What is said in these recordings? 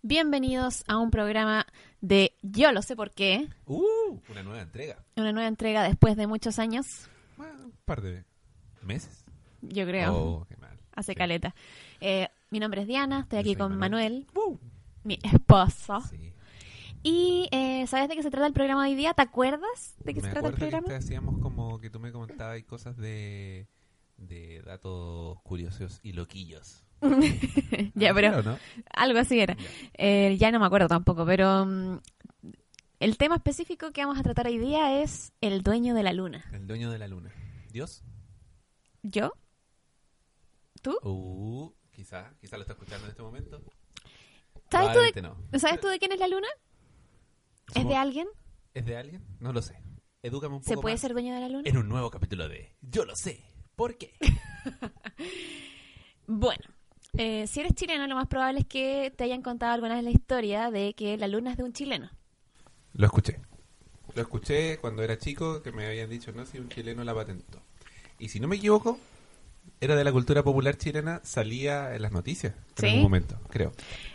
Bienvenidos a un programa de Yo lo sé por qué, Uh, una nueva entrega. una nueva entrega después de muchos años, Bueno, un par de meses. yo creo, Oh, qué mal. hace Sí. caleta. Eh, mi nombre es Diana, estoy Yo aquí soy con Manuel, Uh, mi esposo. sí. Y eh, ¿sabes de qué se trata el programa de hoy día? ¿Te acuerdas de qué Me se trata el acuerdo programa? Que te hacíamos como que tú me comentabas y cosas de, de datos curiosos y loquillos. ya, Ah, pero ¿no? algo así era. Ya. Eh, ya no me acuerdo tampoco, pero mm, el tema específico que vamos a tratar hoy día es el dueño de la luna. El dueño de la luna. Dios. ¿Yo? ¿Tú? Uh, quizá, quizá lo está escuchando en este momento. ¿Sabes tú, Probablemente de, no. ¿Sabes tú de quién es la luna? ¿Es Supongo- de alguien? ¿Es de alguien? No lo sé. Edúcame un poco ¿Se puede más ser dueño de la luna? en un nuevo capítulo de Yo lo sé. ¿Por qué? Bueno, eh, si eres chileno, lo más probable es que te hayan contado alguna vez la historia de que la luna es de un chileno. Lo escuché. Lo escuché cuando era chico, que me habían dicho, no, si un chileno la patentó. Y si no me equivoco, era de la cultura popular chilena, salía en las noticias en ¿Sí? algún momento, creo.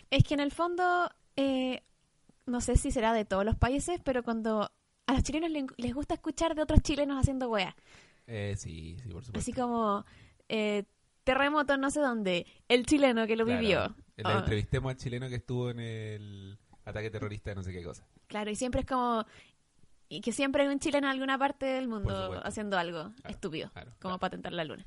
Es que en el fondo, eh, no sé si será de todos los países, pero cuando a los chilenos le- les gusta escuchar de otros chilenos haciendo weá. Eh, sí, sí, por supuesto. Así como eh, terremoto no sé dónde, el chileno que lo Claro. vivió. En la Oh, Entrevistemos al chileno que estuvo en el ataque terrorista de no sé qué cosa. claro, y siempre es como... Y que siempre hay un chileno en alguna parte del mundo supuesto. haciendo algo Claro, estúpido, claro, como claro. patentar la luna.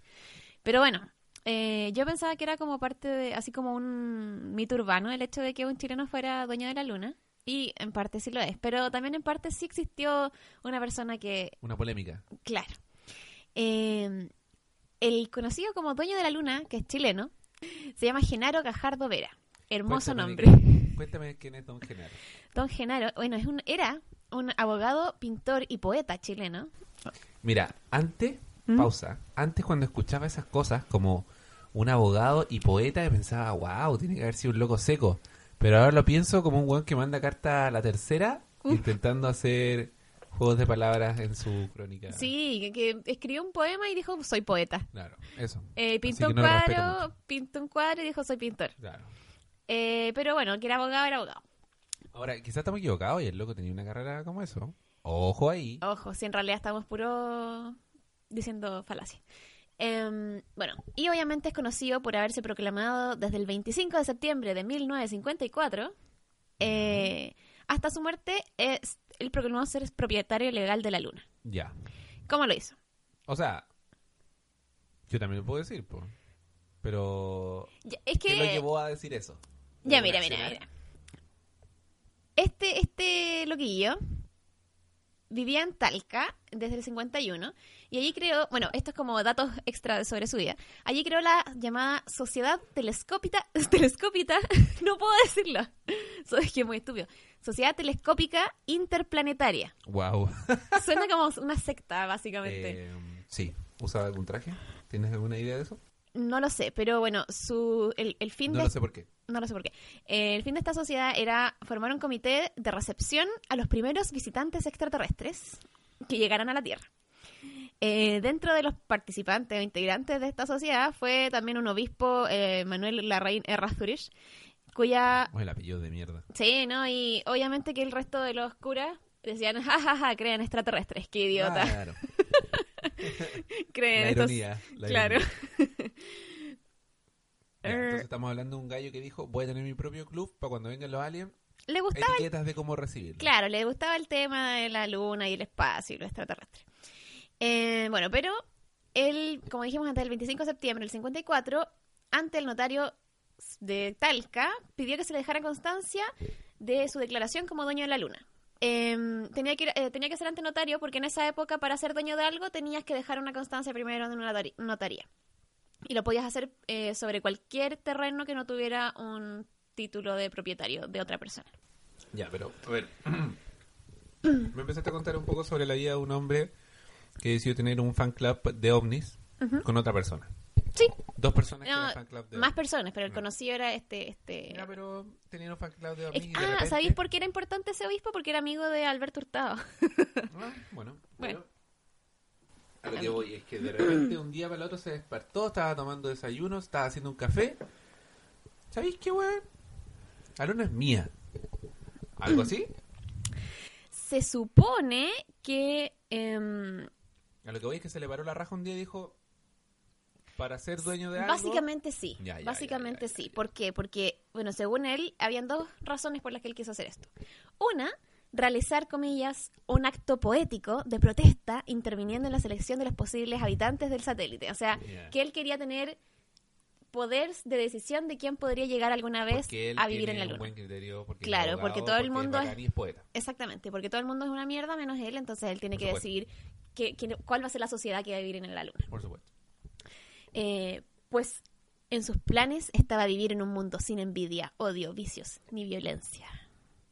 Pero bueno, eh, yo pensaba que era como parte de, así como un mito urbano, el hecho de que un chileno fuera dueño de la luna. Y en parte sí lo es, pero también en parte sí existió una persona que Una polémica. Claro. Eh, el conocido como dueño de la luna, que es chileno, se llama Genaro Cajardo Vera. Hermoso Cuéntame de nombre. qué- cuéntame quién es Don Genaro. Don Genaro, bueno, es un, era un abogado, pintor y poeta chileno. Mira, antes, ¿Mm? pausa, antes cuando escuchaba esas cosas como un abogado y poeta, yo pensaba, wow, tiene que haber sido un loco seco. Pero ahora lo pienso como un weón que manda carta a la tercera intentando hacer juegos de palabras en su crónica. Sí, que, que escribió un poema y dijo, soy poeta. Claro, eso. Eh, Así pintó un que no lo respeto mucho. cuadro, pintó un cuadro y dijo, soy pintor. Claro. Eh, pero bueno, que era abogado, era abogado. Ahora, quizás estamos equivocados y el loco tenía una carrera como eso. Ojo ahí. Ojo, si en realidad estamos puro diciendo falacia. Em, bueno, y obviamente es conocido por haberse proclamado desde el 25 de septiembre de 1954 eh, hasta su muerte, es, él proclamó ser propietario legal de la luna. Ya. ¿Cómo lo hizo? O sea, yo también lo puedo decir, po. pero Ya, es ¿qué lo que... llevó a decir eso? Ya, ¿Un mira, mira, accionar? mira. Este, este loquillo vivía en Talca desde el 51 y allí creó, bueno, esto es como datos extra sobre su vida, allí creó la llamada Sociedad Telescópica, Telescópica, no puedo decirlo, so- es que es muy estúpido, Sociedad Telescópica Interplanetaria. Wow. Suena como una secta, básicamente. Eh, sí. ¿Usaba algún traje? ¿Tienes alguna idea de eso? No lo sé, pero bueno, su, el, el fin No de lo sé por qué. no lo sé por qué. Eh, el fin de esta sociedad era formar un comité de recepción a los primeros visitantes extraterrestres que llegaran a la Tierra. Eh, dentro de los participantes o integrantes de esta sociedad fue también un obispo, eh, Manuel Larraín Errázuriz, cuya... Oh, el apellido de mierda. Sí, ¿no? Y obviamente que el resto de los curas decían, jajaja, crean extraterrestres, qué idiota, Claro. creen Ah, La estos- ironía. la Claro. Er. ironía. Ya, entonces estamos hablando de un gallo que dijo, voy a tener mi propio club para cuando vengan los aliens, Le gustaba etiquetas de cómo recibirlos. Claro, le gustaba el tema de la luna y el espacio y lo extraterrestre. Eh, bueno, pero él, como dijimos antes, el 25 de septiembre del 54, ante el notario de Talca, pidió que se le dejara constancia de su declaración como dueño de la luna. Eh, tenía, que ir- eh, tenía que ser ante notario porque en esa época para ser dueño de algo tenías que dejar una constancia primero en una notari- notaría. Y lo podías hacer eh, sobre cualquier terreno que no tuviera un título de propietario de otra persona. Ya, pero, a ver. Me empezaste a contar un poco sobre la vida de un hombre que decidió tener un fan club de ovnis con otra persona. Sí. Dos personas que No, eran fan club de más ovnis. personas, pero el Ah. conocido era este... este... Ya, pero tenían un fan club de ovnis. Es- y de ah, repente- ¿sabéis por qué era importante ese obispo? Porque era amigo de Alberto Hurtado. Ah, bueno. Bueno. pero- A lo que voy es que de repente un día para el otro se despertó, estaba tomando desayuno, estaba haciendo un café. ¿Sabéis qué, weón? Alona es mía. ¿Algo así? Se supone que... em, A lo que voy es que se le paró la raja un día y dijo, para ser dueño de algo... Básicamente sí, Ya, ya, básicamente ya, ya, sí. ya, ya. ¿Por qué? Porque, bueno, según él, habían dos razones por las que él quiso hacer esto. Una, realizar, comillas, un acto poético de protesta interviniendo en la selección de los posibles habitantes del satélite. O sea, Ya. que él quería tener poder de decisión de quién podría llegar alguna vez Porque él a vivir tiene en la un luna. buen criterio, porque es Claro, abogado, porque todo el mundo es... es- bacán y es poeta. Exactamente, porque todo el mundo es una mierda menos él, entonces él tiene Por que supuesto. decidir qué- quién- cuál va a ser la sociedad que va a vivir en la luna. Por supuesto. Eh, pues en sus planes estaba vivir en un mundo sin envidia, odio, vicios ni violencia.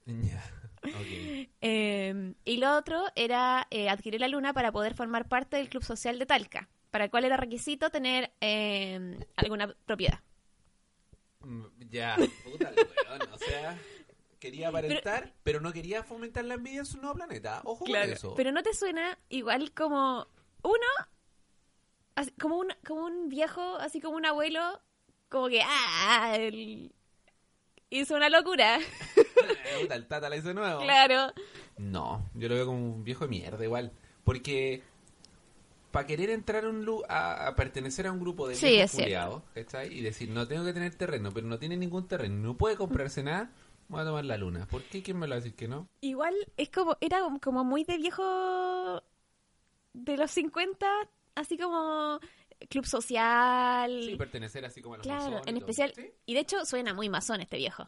Ya. Ok. Eh, y lo otro era eh, adquirir la luna para poder formar parte del club social de Talca, para el cual era requisito tener eh, alguna propiedad. Mm, Ya. Puta el weón, o sea... Quería aparentar, pero, no quería fomentar la envidia en su nuevo planeta. Ojo con eso. Pero no te suena igual como uno, así- como un, como un viejo, así como un abuelo, como que ah, él hizo una locura, Puta, el tata la hizo de nuevo. claro. No, yo lo veo como un viejo de mierda igual. Porque para querer entrar a, un lu- a, a pertenecer a un grupo de Sí, es viejos cierto. culiaos, ¿cachai? Y decir, no tengo que tener terreno, pero no tiene ningún terreno, no puede comprarse nada, voy a tomar la luna. ¿Por qué? ¿Quién me lo va a decir que no? Igual es como, era como muy de viejo de los 50, así como club social. Sí, pertenecer así como a los claro, masones y en todo. especial. Sí, Y de hecho suena muy masón este viejo.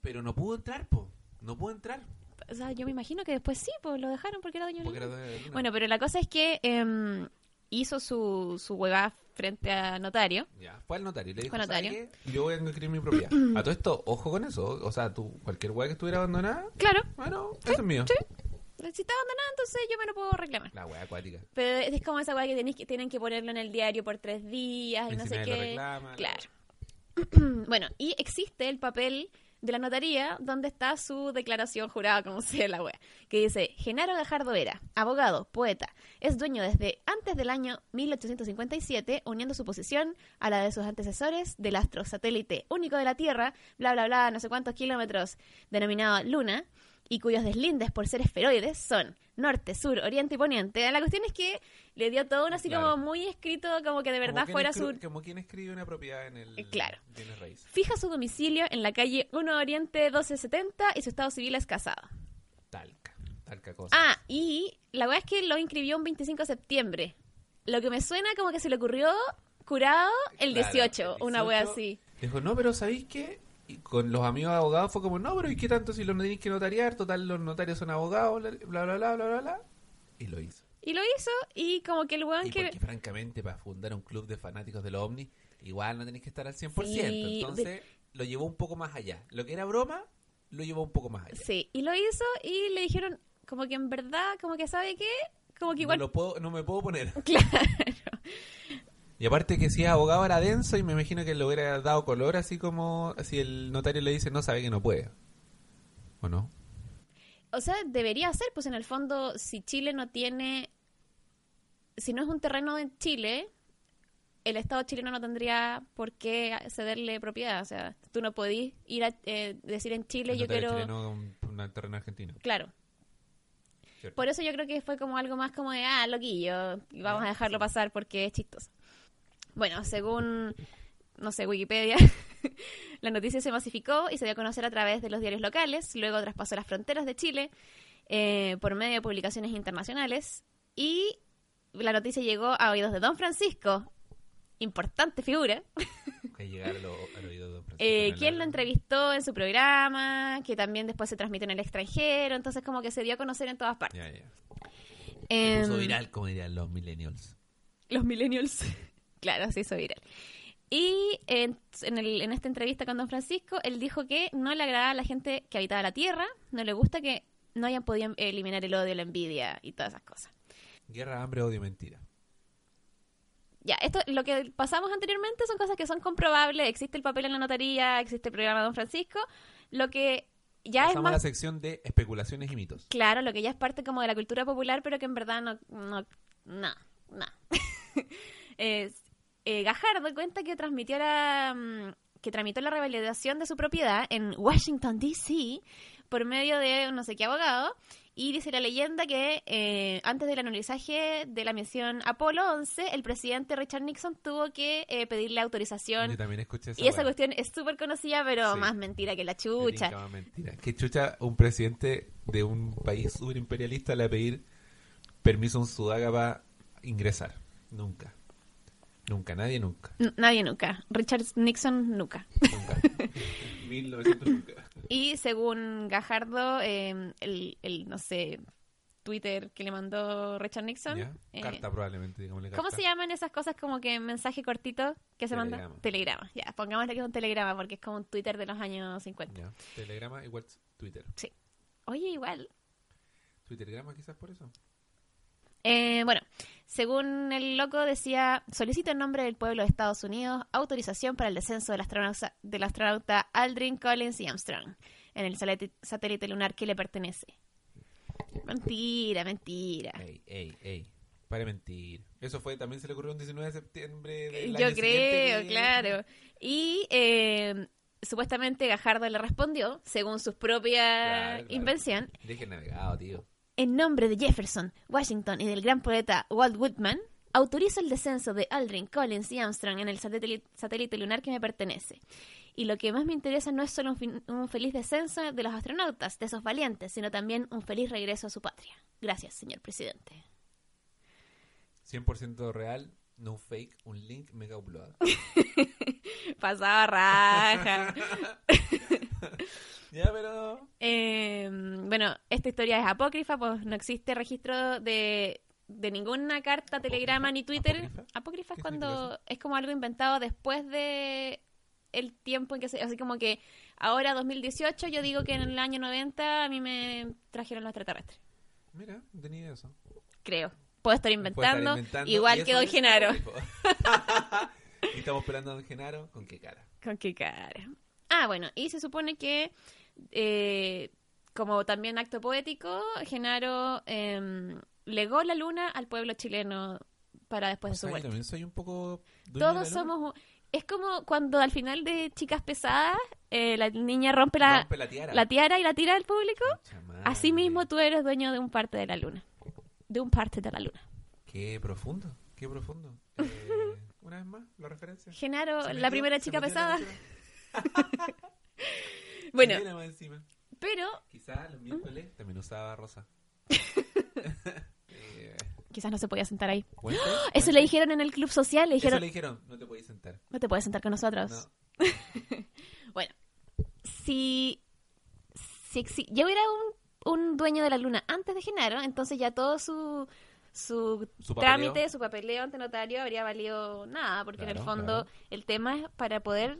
Pero no pudo entrar, po. No pudo entrar. O sea, yo me imagino que después sí, pues lo dejaron porque era dueño de la Porque era luna. dueño de la luna. Bueno, pero la cosa es que em, hizo su, su huevada frente a notario. Ya, fue al notario y le dijo, Fue al "¿Sabe notario. qué? Yo voy a adquirir mi propiedad. a todo esto, ojo con eso. O sea, tú, cualquier weá que estuviera abandonada, Claro, bueno, eso es mío. si está abandonado, entonces yo me lo puedo reclamar. La weá acuática. Pero es como esa weá que, tenés que tienen que ponerlo en el diario por tres días y Y no si sé nadie lo qué. reclama, la claro. bueno, y existe el papel de la notaría donde está su declaración jurada, como sea la wea, que dice, Genaro Gajardo Vera, abogado, poeta, es dueño desde antes del año 1857, uniendo su posición a la de sus antecesores del astro satélite único de la Tierra, bla, bla, bla, no sé cuántos kilómetros, denominado Luna, y cuyos deslindes por ser esferoides son norte, sur, oriente y poniente. La cuestión es que le dio todo uno así Claro. como muy escrito, como que de Como verdad quien fuera escri- su... Como quien escribe una propiedad en el... Eh, claro. bienes raíces. Fija su domicilio en la calle 1 Oriente 1270 y su estado civil es casado. Talca. Talca cosa. Ah, y la verdad es que lo inscribió un 25 de septiembre. Lo que me suena como que se le ocurrió curado el Claro, 18, el una wea 18. así. Dijo, no, pero ¿sabéis qué? Y con los amigos abogados fue como, no, pero ¿y qué tanto si los tenéis que notariar? Total, los notarios son abogados, bla, bla, bla, bla, bla, bla, bla. Y lo hizo. Y lo hizo y como que el weón Y que... porque, francamente, para fundar un club de fanáticos de los ovnis, igual no tenéis que estar al 100%. Sí, Entonces, lo llevó un poco más allá. Lo que era broma, lo llevó un poco más allá. Sí, y lo hizo y le dijeron como que en verdad, como que sabe qué, como que igual... No, lo puedo, no me puedo poner. Claro. Y aparte que si es abogado era denso y me imagino que le hubiera dado color así como si el notario le dice no sabe que no puede. ¿O no? O sea, debería ser, pues en el fondo, si Chile no tiene... Si no es un terreno en Chile, el Estado chileno no tendría por qué cederle propiedad. O sea, tú no podís ir a eh, decir en Chile, El yo notario quiero... chileno, un, un terreno argentino. Claro. ¿cierto? Por eso yo creo que fue como algo más como de, ah, loquillo, y vamos a dejarlo pasar porque es chistoso. Bueno, según, no sé, Wikipedia, la noticia se masificó y se dio a conocer a través de los diarios locales, luego traspasó las fronteras de Chile eh, por medio de publicaciones internacionales y la noticia llegó a oídos de Don Francisco, importante figura, Que llegar a lo- al oído de don Francisco eh, Canelaro. quien lo entrevistó en su programa, que también después se transmitió en el extranjero, entonces como que se dio a conocer en todas partes. Ya, ya. Se Em, puso viral, como dirían los millennials. Los millennials. claro, se hizo viral. Y en, en el- en esta entrevista con Don Francisco, él dijo que no le agradaba a la gente que habitaba la Tierra, no le gusta que no hayan podido eliminar el odio, la envidia y todas esas cosas. Guerra, hambre, odio, mentira. Ya, esto, lo que pasamos anteriormente son cosas que son comprobables, existe el papel en la notaría, existe el programa de Don Francisco, lo que ya Pasamos a es la más sección de especulaciones y mitos. Claro, lo que ya es parte como de la cultura popular, pero que en verdad no, no, no, no. Es- eh, Gajardo cuenta que transmitió la, mm, que tramitó la revalidación de su propiedad en Washington D.C. por medio de un no sé qué abogado y dice la leyenda que eh, antes del anulizaje de la misión Apolo 11, el presidente Richard Nixon tuvo que eh, pedirle autorización Yo también escuché esa y esa hueá. cuestión es súper conocida, pero Sí. más mentira que la Me tinca chucha. más mentira. Que chucha un presidente de un país superimperialista le va a pedir permiso a un sudaca para ingresar. Nunca. Nunca, nadie nunca. N- Nadie nunca. Richard Nixon nunca. Nunca. 1900 nunca. Y según Gajardo, eh, el, el, no sé, Twitter que le mandó Richard Nixon. Ya, eh, Carta probablemente, digámosle ¿Cómo carta. se llaman esas cosas como que mensaje cortito que se manda? Telegrama. Telegrama. Ya, pongámosle que es un telegrama porque es como un Twitter de los años 50. Ya, Telegrama igual Twitter. Oye, igual. Twittergrama quizás por eso. Eh, bueno, según el loco decía, solicito en nombre del pueblo de Estados Unidos autorización para el descenso del astronauta, del astronauta Aldrin Collins y Armstrong en el salati- satélite lunar que le pertenece. Mentira, mentira. Ey, ey, ey. Para de mentir. Eso fue, también se le ocurrió un 19 de septiembre del Yo año creo, siguiente. claro. Y eh, supuestamente Gajardo le respondió, según su propia Claro, claro. Eh, invención, Deje el navegado, tío. en nombre de Jefferson, Washington y del gran poeta Walt Whitman, autorizo el descenso de Aldrin, Collins y Armstrong en el satélite, satélite lunar que me pertenece. Y lo que más me interesa no es solo un, fin- un feliz descenso de los astronautas, de esos valientes, sino también un feliz regreso a su patria. Gracias, señor presidente. 100% real, no fake, un link mega upload. Pasaba raja. ya, pero... Eh, bueno, esta historia es apócrifa, pues no existe registro de, de ninguna carta, telegrama ni Twitter. ¿Apócrifa? ¿Apócrifa? es ¿Qué cuando significa es como algo inventado después de el tiempo en que se... Así como que ahora, 2018, yo digo que en el año 90 a mí me trajeron los extraterrestres. Mira, no tenía eso. Creo. Puedo estar Puede estar inventando, inventando, y igual que eso Don es Genaro. apócrifo. y estamos esperando a Don Genaro, ¿con qué cara? Con qué cara. Ah, bueno, y se supone que, eh, como también acto poético, Genaro em, legó la luna al pueblo chileno para después O de su sea, yo vuelta. también soy un poco... dueño de Pues, Todos la luna. somos... un- Es como cuando al final de Chicas Pesadas, eh, la niña rompe la, Rompe la Ah, tiara. la tiara y la tira al público. Pucha madre. Así mismo tú eres dueño de un parte de la luna. De un parte de la luna. Qué profundo, qué profundo. Eh, una vez más, la referencia. Genaro, Se la metió, primera se chica metió la pesada. basura. Bueno, Mira más encima. pero Quizás los Ah. miércoles también usaba rosa. Eh, quizás no se podía sentar ahí. cuente, Ah, Eso cuente. le dijeron en el club social, le Eso dijeron, le dijeron, no te podías sentar. no te puedes sentar con nosotros. No. Bueno, si, si, exi- yo era un, un dueño de la luna antes de Genaro, entonces ya todo su, su, Su papeleo. trámite, su papeleo ante notario habría valido nada, porque en el Claro, fondo claro. el tema es para poder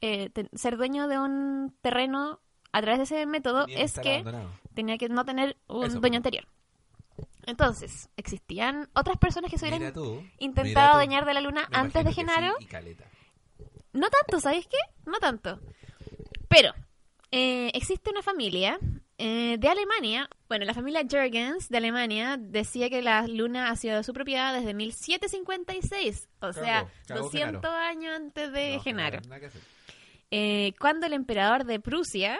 eh, ten- ser dueño de un terreno a través de ese método Bien es estar que abandonado. tenía que no tener un Eso, dueño perdón. anterior. Entonces, existían otras personas que se hubieran Mira tú, mira intentado tú. dañar de la luna Me antes imagino de que Genaro. sí, y caleta. No tanto, ¿sabes qué? No tanto. Pero eh, existe una familia eh, de Alemania. Bueno, la familia Jürgens de Alemania decía que la luna ha sido de su propiedad desde 1756. O sea, cagó 200 Genaro. años antes de No, Genaro. nada que hacer. Eh, cuando el emperador de Prusia,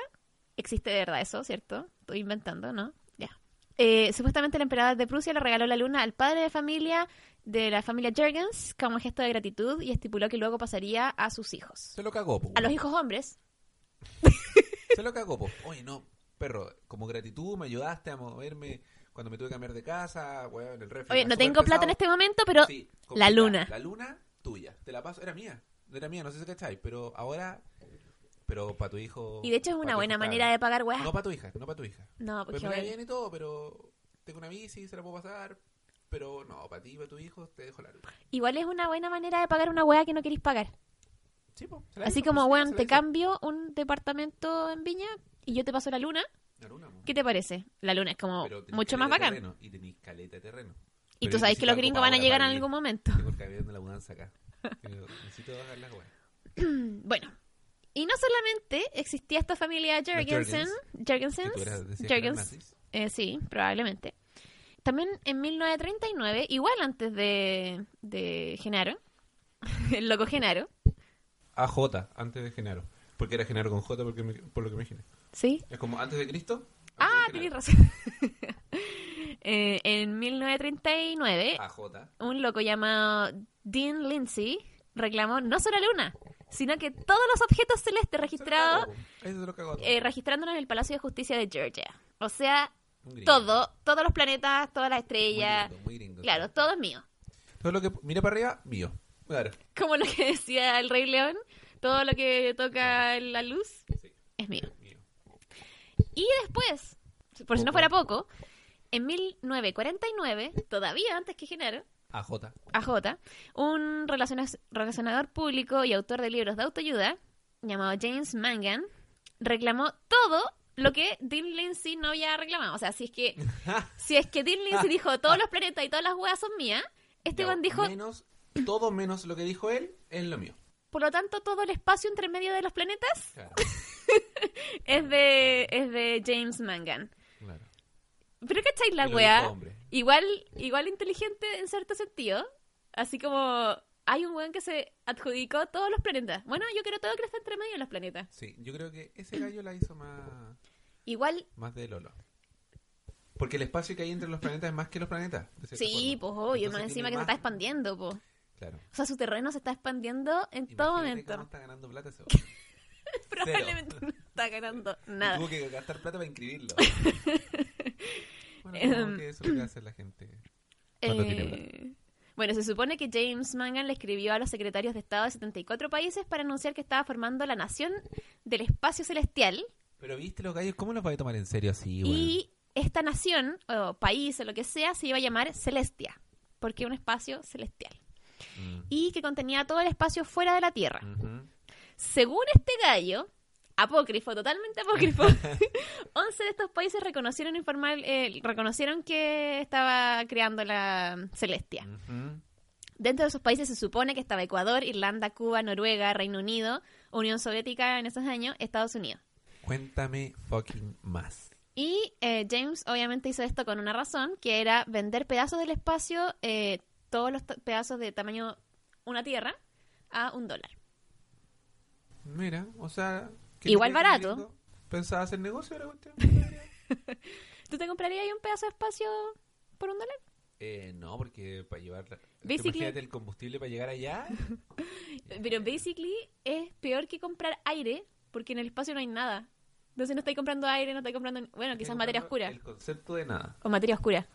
existe de verdad eso, ¿cierto? Estoy inventando, ¿no? Ya. Eh, supuestamente el emperador de Prusia le regaló la luna al padre de familia de la familia Jürgens como gesto de gratitud y estipuló que luego pasaría a sus hijos. Se lo cagó, po, A los weón. hijos hombres. Se lo cagó, po. Oye, no, perro, como gratitud me ayudaste a moverme cuando me tuve que cambiar de casa, weón, el refri Oye, está no súper tengo plata en pesado. este momento, pero Sí, la completa. luna. La luna tuya. Te la paso. Era mía. Era mía, no sé si cacháis. Pero ahora. Pero para tu hijo. Y de hecho es pa' una tu buena hijo manera cabro. de pagar weas. No para tu hija, no para tu hija. No, Pues porque me cae bueno. bien y todo, pero. Tengo una bici, se la puedo pasar. Pero no, para ti, para tu hijo, te dejo la luna. igual es una buena manera de pagar una wea que no queréis pagar. Sí, po, se la Así hizo, como, pues, weón, se la te hizo. cambio un departamento en Viña y yo te paso la luna. La luna, po. ¿Qué te parece? La luna es como Pero tenés mucho más caleta de bacán. terreno, y tenés caleta de terreno. Y Pero tú yo sabes que necesito los algo gringos pa' van a ahora, llegar pa' en vivir. algún momento. Tengo el cabello de la mudanza acá. Tengo- Necesito bajar las weas. Bueno, y no solamente existía esta familia Jorgensen, Que Jorgensen, tú eras- decías que eran Jorgens, nazis. eh, sí, probablemente. También en 1939, igual antes de, de Genaro, el loco Genaro, AJ, antes de Genaro. Porque era Genaro con J, porque me- por lo que me imaginé. ¿sí? Es como antes de Cristo. antes Ah, de tienes Genaro. razón. Eh, en 1939, AJ. un loco llamado Dean Lindsay reclamó no solo la luna, sino que todos los objetos celestes registrados, Eso se lo cagó a todo. eh, registrándonos en el Palacio de Justicia de Georgia. O sea, Un gringo. todo, todos los planetas, todas las Muy estrellas, gringo, muy gringo. claro, todo es mío. Todo lo que mira para arriba, mío. Claro. Como lo que decía el Rey León, todo lo que toca la luz Sí, es mío. mío. Y después, por si no fuera poco, en 1949, todavía antes que Genaro, AJ. AJ, un relaciona- relacionador público y autor de libros de autoayuda, llamado James Mangan, reclamó todo lo que Dean Lindsay no había reclamado. O sea, si es que, si es que Dean Lindsay dijo todos los planetas y todas las huevas son mías, este Ya, weón dijo, Menos, todo menos lo que dijo él es lo mío. por lo tanto, todo el espacio entre medio de los planetas Claro. es de, es de James Mangan. claro. Pero ¿cacháis la Y lo weá? dijo hombre. Igual, igual inteligente en cierto sentido. Así como hay un weón que se adjudicó todos los planetas. Bueno, yo quiero todo que está entre medio de los planetas. Sí, yo creo que ese gallo la hizo más, Igual, más de Lolo. Porque el espacio que hay entre los planetas es más que los planetas. de cierta sí, pues forma. obvio, Entonces más encima que tiene se está expandiendo, pues. Claro. O sea, su terreno se está expandiendo en todo Imagínate cómo momento. está ganando plata ese Probablemente no está ganando Nada. nada. Tuvo que gastar plata para inscribirlo. bueno, Em, supongo que eso es lo que hace la gente. cuando tiene plata. Eh, Bueno, se supone que James Mangan le escribió a los secretarios de Estado de 74 países para anunciar que estaba formando la nación del espacio celestial Pero viste los gallos, ¿cómo los vais a tomar en serio así, weón? Y esta nación, o país, o lo que sea, se iba a llamar Celestia, porque era un espacio celestial. Mm. Y que contenía todo el espacio fuera de la Tierra. Ujú. Según este gallo, apócrifo, totalmente apócrifo, 11 de estos países reconocieron, informal, eh, reconocieron que estaba creando la Celestia. Ujú. Dentro de esos países se supone que estaba Ecuador, Irlanda, Cuba, Noruega, Reino Unido, Unión Soviética en esos años, Estados Unidos. Cuéntame fucking más. Y eh, James obviamente hizo esto con una razón, que era vender pedazos del espacio, eh, todos los ta- pedazos de tamaño una tierra, a un dólar. Mira, o sea... que Igual quería que barato. un gringo Pensaba hacer negocio, era cuestión. ¿Tú te comprarías ahí un pedazo de espacio por un dólar? Eh, no, porque para llevar... la- Basically- Imagínate el combustible para llegar allá. Pero basically es peor que comprar aire, porque en el espacio no hay nada. Entonces no estáis comprando aire, no estáis comprando, bueno, quizás materia oscura. El concepto de nada. O materia oscura.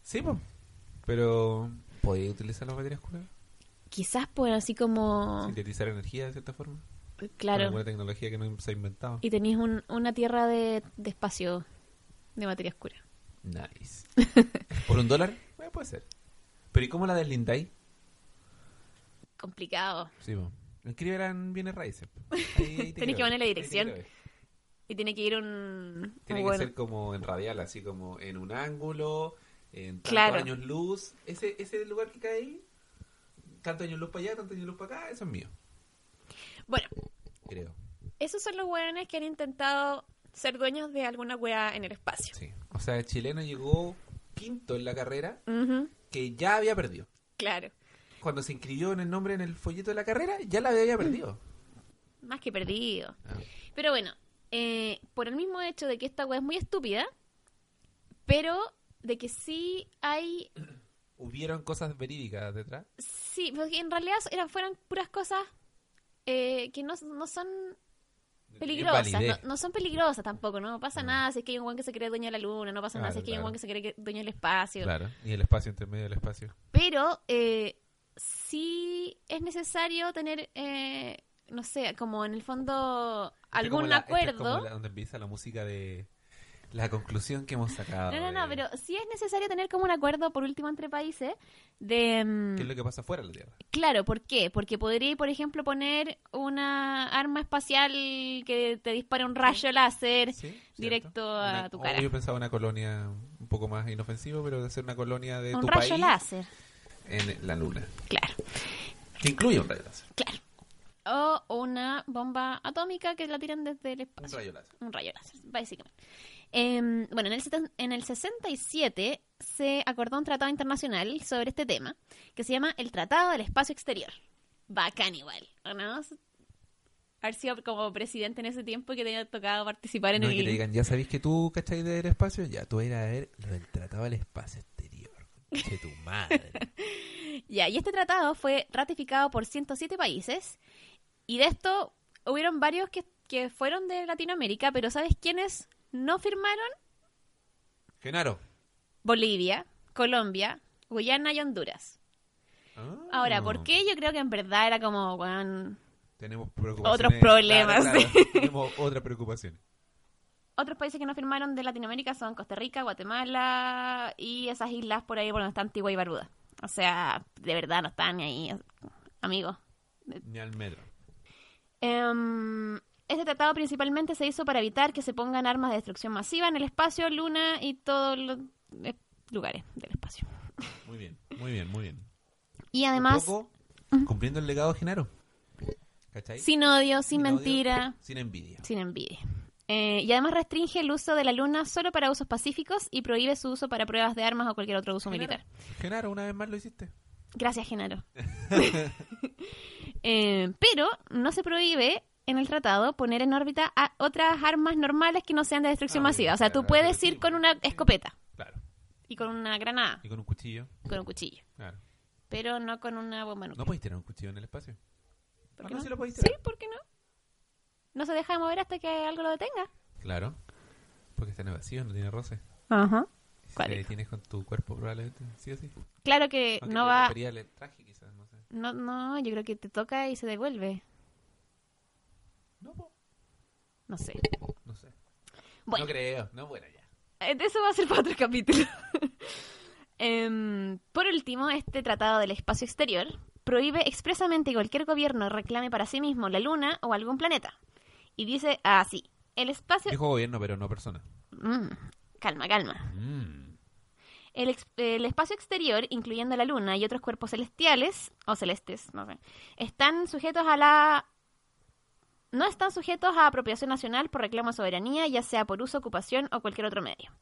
Sí, pues. Pero... ¿Podéis utilizar la materia oscura? Quizás por así como... Sintetizar energía, de cierta forma. Con claro. alguna tecnología que no se ha inventado. Y tenéis un- una tierra de, de espacio de materia oscura. Nice. ¿Por un dólar? Eh, puede ser. Pero ¿y cómo la deslindáis? Complicado. Sí, po. Escribirán bienes raíces. po. Ahí- ahí te Tenés que creo. poner la Ahí te dirección. creo. Y tiene que ir un... Tiene un buen- que ser como en radial, así como en un ángulo, en tantos Claro. años luz. Ese, ese lugar que cae ahí, tanto años luz para allá, tanto años luz para acá, eso es mío, Bueno, creo. esos son los hueones que han intentado ser dueños de alguna hueá en el espacio. Sí. O sea, el chileno llegó quinto en la carrera Ujú, que ya había perdido. claro. Cuando se inscribió en el nombre en el folleto de la carrera, ya la había perdido. Más que perdido. Ah. Pero bueno, eh, por el mismo hecho de que esta hueá es muy estúpida, pero de que sí hay... Hubieron cosas verídicas detrás. Sí, porque en realidad eran, fueron puras cosas eh, que no, no son peligrosas. Validez. No, no son peligrosas tampoco, no pasa No. nada si es que hay un hueón que se cree dueño de la luna, no pasa nada si Claro, es que hay un claro. hueón que se cree que- dueño del espacio. Claro. Y el espacio, entre medio del espacio. Pero eh, sí es necesario tener, eh, no sé, como en el fondo Este algún como la- este es como acuerdo. la- donde empieza la música de La conclusión que hemos sacado. No, no, de no, pero sí es necesario tener como un acuerdo, por último, entre países, de... mm, ¿Qué es lo que pasa fuera de la Tierra? Claro, ¿por qué? Porque podría, por ejemplo, poner una arma espacial que te dispare un rayo láser Sí, cierto. directo Una- a tu o cara. Yo pensaba una colonia un poco más inofensiva, pero de ser una colonia de Un tu rayo país láser, en la luna. claro, Que incluye un rayo láser. claro. O una bomba atómica que la tiran desde el Un espacio. rayo láser. un rayo láser, básicamente. Em, bueno, en el, seten- en el 67 se acordó un tratado internacional sobre este tema que se llama el Tratado del Espacio Exterior. Bacán igual, ¿o ¿no? Haber sido como presidente en ese tiempo y que tenía tocado participar en No, el... y que te digan, ya sabéis que tú, ¿cachai? Del espacio, ya tú vas a ir a ver lo del tratado del espacio exterior. Che, tu madre. Ya, y este tratado fue ratificado por 107 países y de esto hubieron varios que, que fueron de Latinoamérica, pero ¿sabes quiénes no firmaron? Genaro. Bolivia, Colombia, Guyana y Honduras. Ah. Ahora, ¿por qué? Yo creo que en verdad era como, weón, Tenemos preocupaciones. Otros problemas, Claro, claro. sí. Tenemos otras preocupaciones. Otros países que no firmaron de Latinoamérica son Costa Rica, Guatemala y esas islas por ahí por donde está Antigua y Barbuda. O sea, de verdad no están ni ahí, amigos. Ni al metro. Em, este tratado principalmente se hizo para evitar que se pongan armas de destrucción masiva en el espacio, luna y todos los eh, lugares del espacio. Muy bien, muy bien, muy bien. Y además, Un poco cumpliendo el legado de Genaro. ¿Cachai? sin odio, sin, odio, mentira. sin envidia. Sin envidia. Eh, y además restringe el uso de la luna solo para usos pacíficos y prohíbe su uso para pruebas de armas o cualquier otro uso militar. Genaro, una vez más lo hiciste. Gracias, Genaro. Eh, pero no se prohíbe en el tratado poner en órbita a otras armas normales que no sean de destrucción Ah, masiva. bien, O sea, tú claro, puedes sí, ir con sí. una escopeta Claro. y con una granada, Y con un cuchillo. con un cuchillo, Claro. pero no con una bomba No nuclear. podéis tener un cuchillo en el espacio. ¿Por Ah, qué no, no? sí lo podéis Sí, tener. ¿por qué no? No se deja de mover hasta que algo lo detenga. Claro. Porque está en el vacío, no tiene roce. Ajá. Si Cuático. te detienes con tu cuerpo, probablemente. Sí o sí. Claro que Aunque Eh, no te va, rompería el traje, quizás, no sé. No, no, yo creo que te toca y se devuelve. No, po. No sé. no sé. Bueno, No creo. No, bueno, ya. eh, eso va a ser para otro capítulo. Em, por último, este Tratado del Espacio Exterior prohíbe expresamente que cualquier gobierno reclame para sí mismo la Luna o algún planeta. Y dice así, el espacio... Dijo gobierno, pero no persona. Mm, calma, calma. Mm. El, ex- el espacio exterior, incluyendo la Luna y otros cuerpos celestiales, o celestes, no sé, están sujetos a la... No están sujetos a apropiación nacional por reclamo de soberanía, ya sea por uso, ocupación o cualquier otro medio.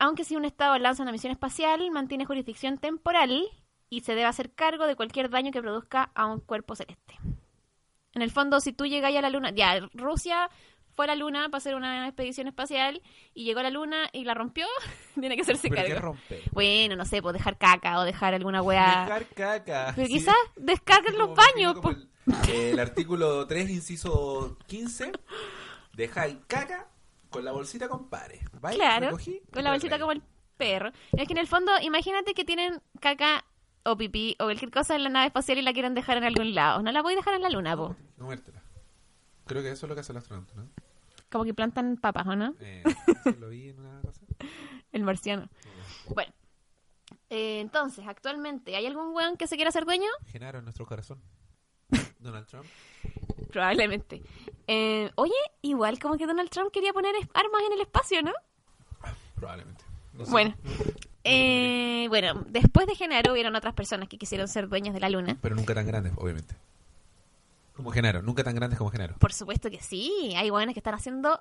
Aunque si un Estado lanza una misión espacial, mantiene jurisdicción temporal y se debe hacer cargo de cualquier daño que produzca a un cuerpo celeste. En el fondo, si tú llegas a la Luna, ya, Rusia fue a la Luna para hacer una expedición espacial y llegó a la Luna y la rompió, tiene que hacerse ¿Pero cargo. qué romper? Bueno, no sé, pues dejar caca o dejar alguna weá. Dejar caca. Pero Sí. quizás descarguen los Como baños, me pues. imagino como El, el artículo 3, inciso 15. Dejáis caca con la bolsita, compadre. Vais, Claro, recogí, con la bolsita regresé. como el perro. Es que en el fondo, imagínate que tienen caca o pipí o cualquier cosa en la nave espacial y la quieren dejar en algún lado. No la voy a dejar en la luna, po. Comértela. Creo que eso es lo que hace el astronauta, ¿no? Como que plantan papas, ¿o no? Eh, eso lo vi en una cosa. El marciano. Bueno. Eh, entonces, actualmente, ¿hay algún weón que se quiera hacer dueño? Genaro en nuestro corazón. Donald Trump. Probablemente. Eh, oye, igual como que Donald Trump quería poner es- armas en el espacio, ¿no? Probablemente. No sé. Bueno. Eh, bueno, después de Genaro hubieron otras personas que quisieron ser dueños de la luna. Pero nunca tan grandes, obviamente. Como Genaro, nunca tan grandes como Genaro. Por supuesto que sí, hay hueones que están haciendo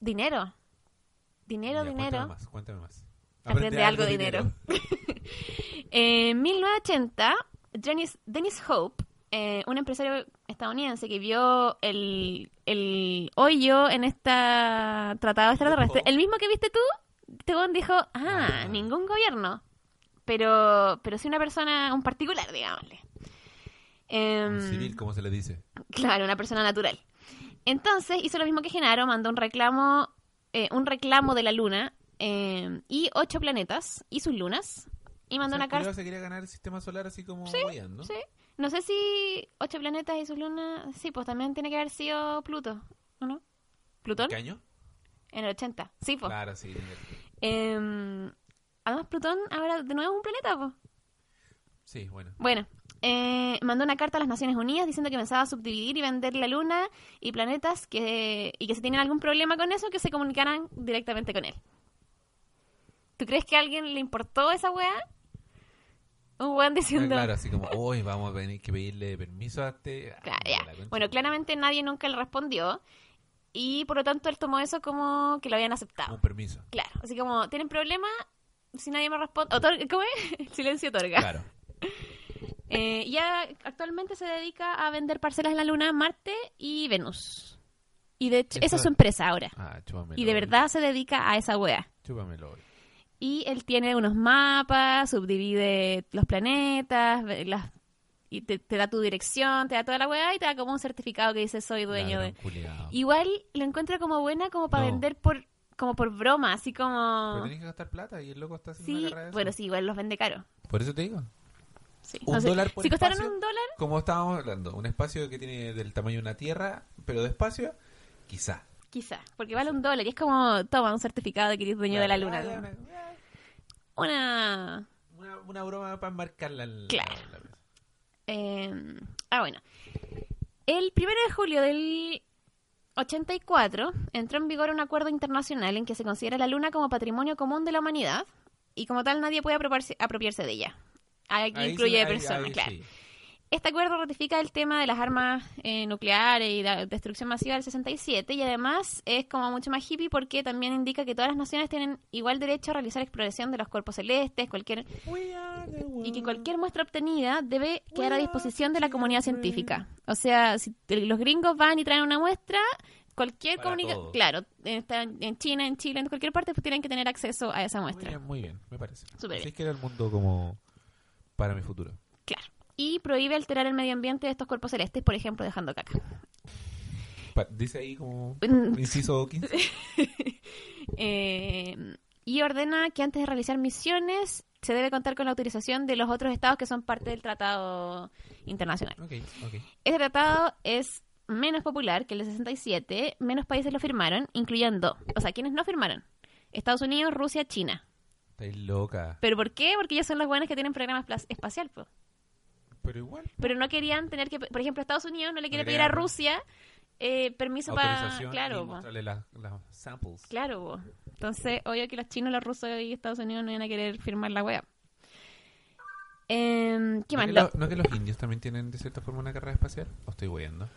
dinero. Dinero, Ya, Cuéntame dinero. más, cuéntame más. Aprende algo, dinero. Eh, En 1980, Dennis, Dennis Hope, eh, un empresario estadounidense que vio el, el hoyo en este tratado extraterrestre, Hope. el mismo que viste tú, este hueón dijo, ah, Ah. ningún gobierno, pero, pero sí una persona, un particular, digámosle. Un Em, civil, como se le dice. Claro, una persona natural. Entonces hizo lo mismo que Genaro, mandó un reclamo, eh, un reclamo de la luna eh, y ocho planetas y sus lunas y mandó O sea, una carta. Culeado se quería ganar el sistema solar así como Guayán, ¿no? Sí, no sé si ocho planetas y sus lunas, sí, pues también tiene que haber sido Pluto, ¿o no? ¿Plutón? ¿Qué año? En En el 80. Sí, po. Claro, sí. Em, además, Plutón ahora de nuevo es un planeta, pues. po. Sí, bueno. Bueno, eh, mandó una carta a las Naciones Unidas diciendo que pensaba subdividir y vender la Luna y planetas que, y que si tienen algún problema con eso, que se comunicaran directamente con él. ¿Tú crees que a alguien le importó esa weá? Un weón Ah, diciendo... claro, así como, hoy vamos a tener que pedirle permiso a este. Ah, Claro, la ya. concha. Bueno, claramente nadie nunca le respondió y por lo tanto él tomó eso como que lo habían aceptado. Un permiso. Claro, así como, ¿tienen problema? Si nadie me responde... otor- ¿Cómo es? El silencio otorga. Claro. Eh, ya actualmente se dedica a vender parcelas en la Luna, Marte y Venus. Y de hecho, esa es su Eso- empresa ahora. Ah, chúpamelo. Y de hoy. verdad se dedica a esa wea. Chúpamelo hoy. Y él tiene unos mapas, subdivide los planetas, ve- las, y te, te da tu dirección, te da toda la wea y te da como un certificado que dice soy dueño Ladrón de... culiao. Igual lo encuentro como buena como para No. vender por como por broma, así Pero como... tenés que gastar plata y el loco está haciendo Sí, una carrera de bueno, eso. sí, igual los vende caro. Por eso te digo. Sí. Un dólar por si costaron espacio. un dólar, Como estábamos hablando, un espacio que tiene del tamaño de una tierra, pero de espacio, quizá. Quizá, porque vale un dólar y es como, toma, un certificado de que eres dueño de la Claro. luna. Ah, ya, ¿no? una- Una... Una, una broma para marcarla. en la- Claro. la- la- eh, ah, bueno. El primero de julio del 84 entró en vigor un acuerdo internacional en que se considera la luna como patrimonio común de la humanidad y como tal nadie puede apropiarse, apropiarse de ella. Ahí Ahí incluye sí, ahí- personas, ahí claro. sí. Este acuerdo ratifica el tema de las armas eh, nucleares y la destrucción masiva del 67 y además es como mucho más hippie porque también indica que todas las naciones tienen igual derecho a realizar exploración de los cuerpos celestes cualquier y que cualquier muestra obtenida debe quedar a disposición de la comunidad científica. O sea, si te- los gringos van y traen una muestra, cualquier Para comunidad, todos. claro, eh, está en en China, en Chile, en cualquier parte, pues tienen que tener acceso a esa Muy muestra. bien, muy bien, me parece. Súper Así bien. que era el mundo como para mi futuro. Claro. Y prohíbe alterar el medio ambiente de estos cuerpos celestes, por ejemplo, dejando caca. Pa- Dice ahí como Mm. inciso 15. Eh, y ordena que antes de realizar misiones se debe contar con la autorización de los otros estados que son parte del tratado internacional. Ok, ok. Este tratado es menos popular que el de 67, menos países lo firmaron, incluyendo, o sea, quienes no firmaron, Estados Unidos, Rusia, China. Estáis loca. ¿Pero por qué? Porque ellos son los buenos que tienen programas plas- espacial, po. Pero igual. pero no querían tener que, por ejemplo, Estados Unidos no le quiere pedir a Agregar, ¿no? Rusia eh, permiso para, Autorización claro, y po. mostrarle las las samples. Claro, po. entonces, obvio que los chinos, los rusos y Estados Unidos no iban a querer firmar la wea. Em, ¿Qué ¿No más? que Lo- lo- ¿No que los indios también tienen de cierta forma una carrera espacial? ¿O estoy weyando?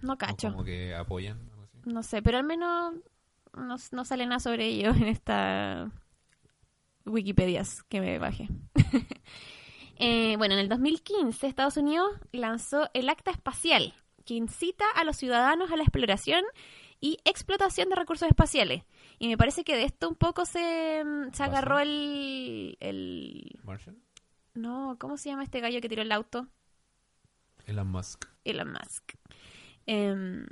no ¿O cacho. como que apoyan? algo así? No sé, pero al menos no, no sale nada sobre ello en esta Wikipedia que me bajé. Eh, bueno, en el 2015 Estados Unidos lanzó el Acta Espacial, que incita a los ciudadanos a la exploración y explotación de recursos espaciales. Y me parece que de esto un poco se, mm, se agarró el, el... ¿Martian? No, ¿cómo se llama este gallo que tiró el auto? Elon Musk. Elon Musk. Em,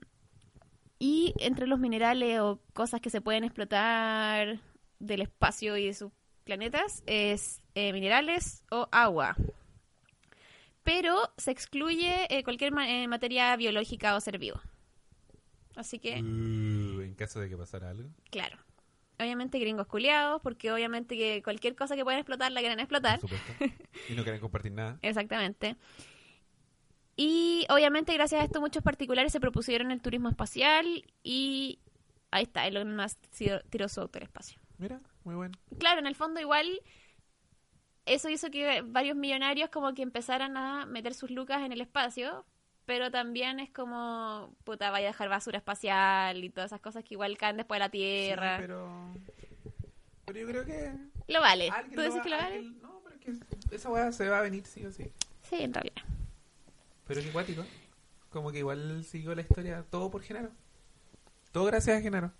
y entre los minerales o cosas que se pueden explotar del espacio y de sus planetas es eh, minerales o agua. Pero se excluye eh, cualquier ma- eh, materia biológica o ser vivo. Así que, Uh, en caso de que pasara algo. claro. Obviamente gringos culiados, porque obviamente que cualquier cosa que puedan explotar la quieren explotar. Por supuesto. Y no quieren compartir nada. Exactamente. Y obviamente gracias a esto muchos particulares se propusieron el turismo espacial y ahí está, Elon Musk tiró- tiró su auto al espacio. Mira, muy bueno. Claro, en el fondo igual eso hizo que varios millonarios como que empezaran a meter sus lucas en el espacio, pero también es como, puta, vaya a dejar basura espacial y todas esas cosas que igual caen después de la Tierra. Sí, pero... Pero yo creo que... Lo vale. Alguien Eh, ¿Tú lo dices va- que lo vale? alguien- No, pero es que esa weá se va a venir sí o sí. Sí, en realidad. Pero qué cuático. Como que igual siguió la historia todo por Genaro. Todo gracias a Genaro.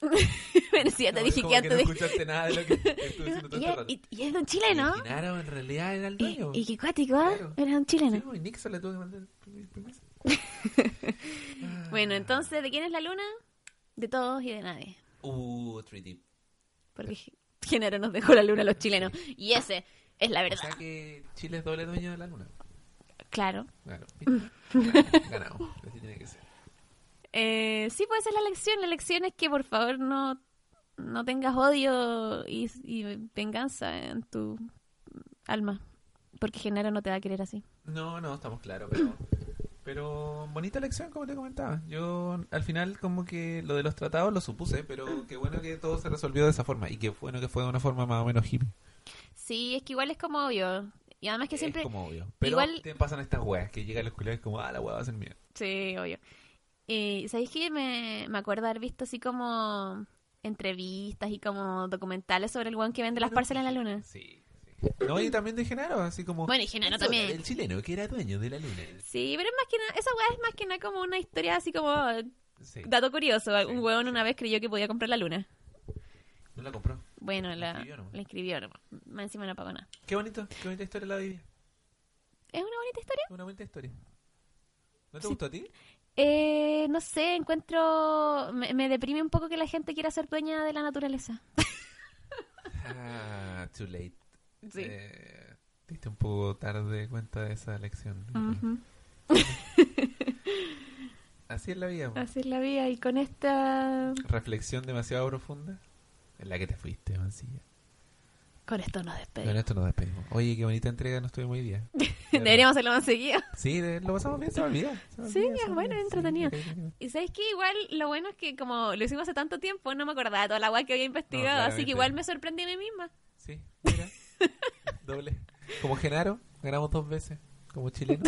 bueno, sí, ya te Como- dije que como no antes de... escuchaste nada de lo que estuve diciendo todo Y, este es- rato. y- y es de un chile, ¿no? Y Genaro en realidad era el Y, dueño. y qué cuático, ¿ah? Claro. Era un chileno. Sí, pues, y Nixon le tuvo que mandar el permiso. Ah, Bueno, entonces, ¿de quién es la luna? De todos y de nadie. Uh, 3D. Porque G- Genaro nos dejó la luna a los chilenos. Y ese es la O verdad. sea que Chile es doble dueño de la luna. Claro. Claro. ¿viste? Ganado. Así tiene que ser. Eh, sí, puede ser la lección. La lección es que por favor no, no tengas odio y, y venganza en tu alma. Porque Genaro no te va a querer así. No, no, estamos claros, pero... Pero bonita lección, como te comentaba. Yo al final como que lo de los tratados lo supuse, pero qué bueno que todo se resolvió de esa forma. Y qué bueno que fue de una forma más o menos hippie. Sí, es que igual es como obvio. Y además que siempre. Es como obvio. Pero igual- te pasan estas weas que llegan los culiados como, ah, la wea va a ser mía. Sí, obvio. Y ¿sabéis que me, me acuerdo haber visto así como entrevistas y como documentales sobre el guan que vende las parcelas en la luna? Sí, sí. No, y también de Genaro, así como... Bueno, y Genaro Entonces, también. El chileno que era dueño de la luna. Sí, pero es más que nada, esa weá es más que nada como una historia así como Sí, dato curioso. Sí, Un huevón una vez creyó que podía comprar la luna. no la compró. Bueno, La la, escribió nomás. la escribió, nomás. más encima no pagó nada. Qué bonito, qué bonita historia la Biblia. ¿Es una bonita historia? Una bonita historia. ¿No te Sí. gustó a ti? Eh, no sé, encuentro... Me, me deprime un poco que la gente quiera ser dueña de la naturaleza. Ah, too late. Sí. Eh, diste un poco tarde cuenta de esa lección. Ujú. Así es la vida. po. Así es la vida y con esta... Reflexión demasiado profunda en la que te fuiste, Mancilla. Con esto nos despedimos. Con esto nos despedimos. Oye, qué bonita entrega nos tuvimos hoy día. Deberíamos hacerlo más seguido. Sí, de- lo pasamos bien, se me olvida. se me Sí, olvida, es se me bueno, olvida. entretenido. Sí, ok, ok. Y sabéis que igual lo bueno es que como lo hicimos hace tanto tiempo, no me acordaba toda la guay que había investigado, así claramente. que igual me sorprendí a mí misma. Sí, mira. Doble. Como Genaro, ganamos dos veces. Como chileno.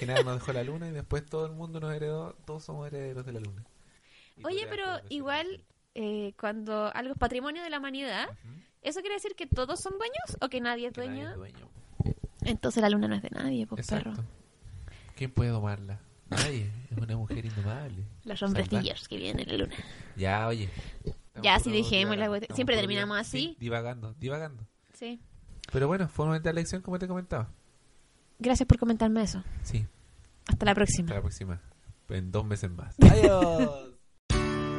Genaro nos dejó la luna y después todo el mundo nos heredó. Todos somos herederos de la luna. Y tú Oye, te das pero cuenta de ese igual eh, cuando algo es patrimonio de la humanidad, Ujú. ¿eso quiere decir que todos son dueños o que nadie es que nadie dueño? es dueño. Entonces la luna no es de nadie, pues Exacto. perro. ¿Quién puede domarla? Nadie. Es una mujer indomable. Los hombres Salvaje. tillers que vienen en la luna. Ya, oye. Ya, Estamos sí, puro dejemos la divagando, cuestión. estamos Siempre puro terminamos divagando. así. Sí, divagando, divagando. Sí. Pero bueno, fue una bonita lección como te comentaba. Gracias por comentarme eso. Sí, Hasta la próxima. hasta la próxima. En dos meses más. Adiós.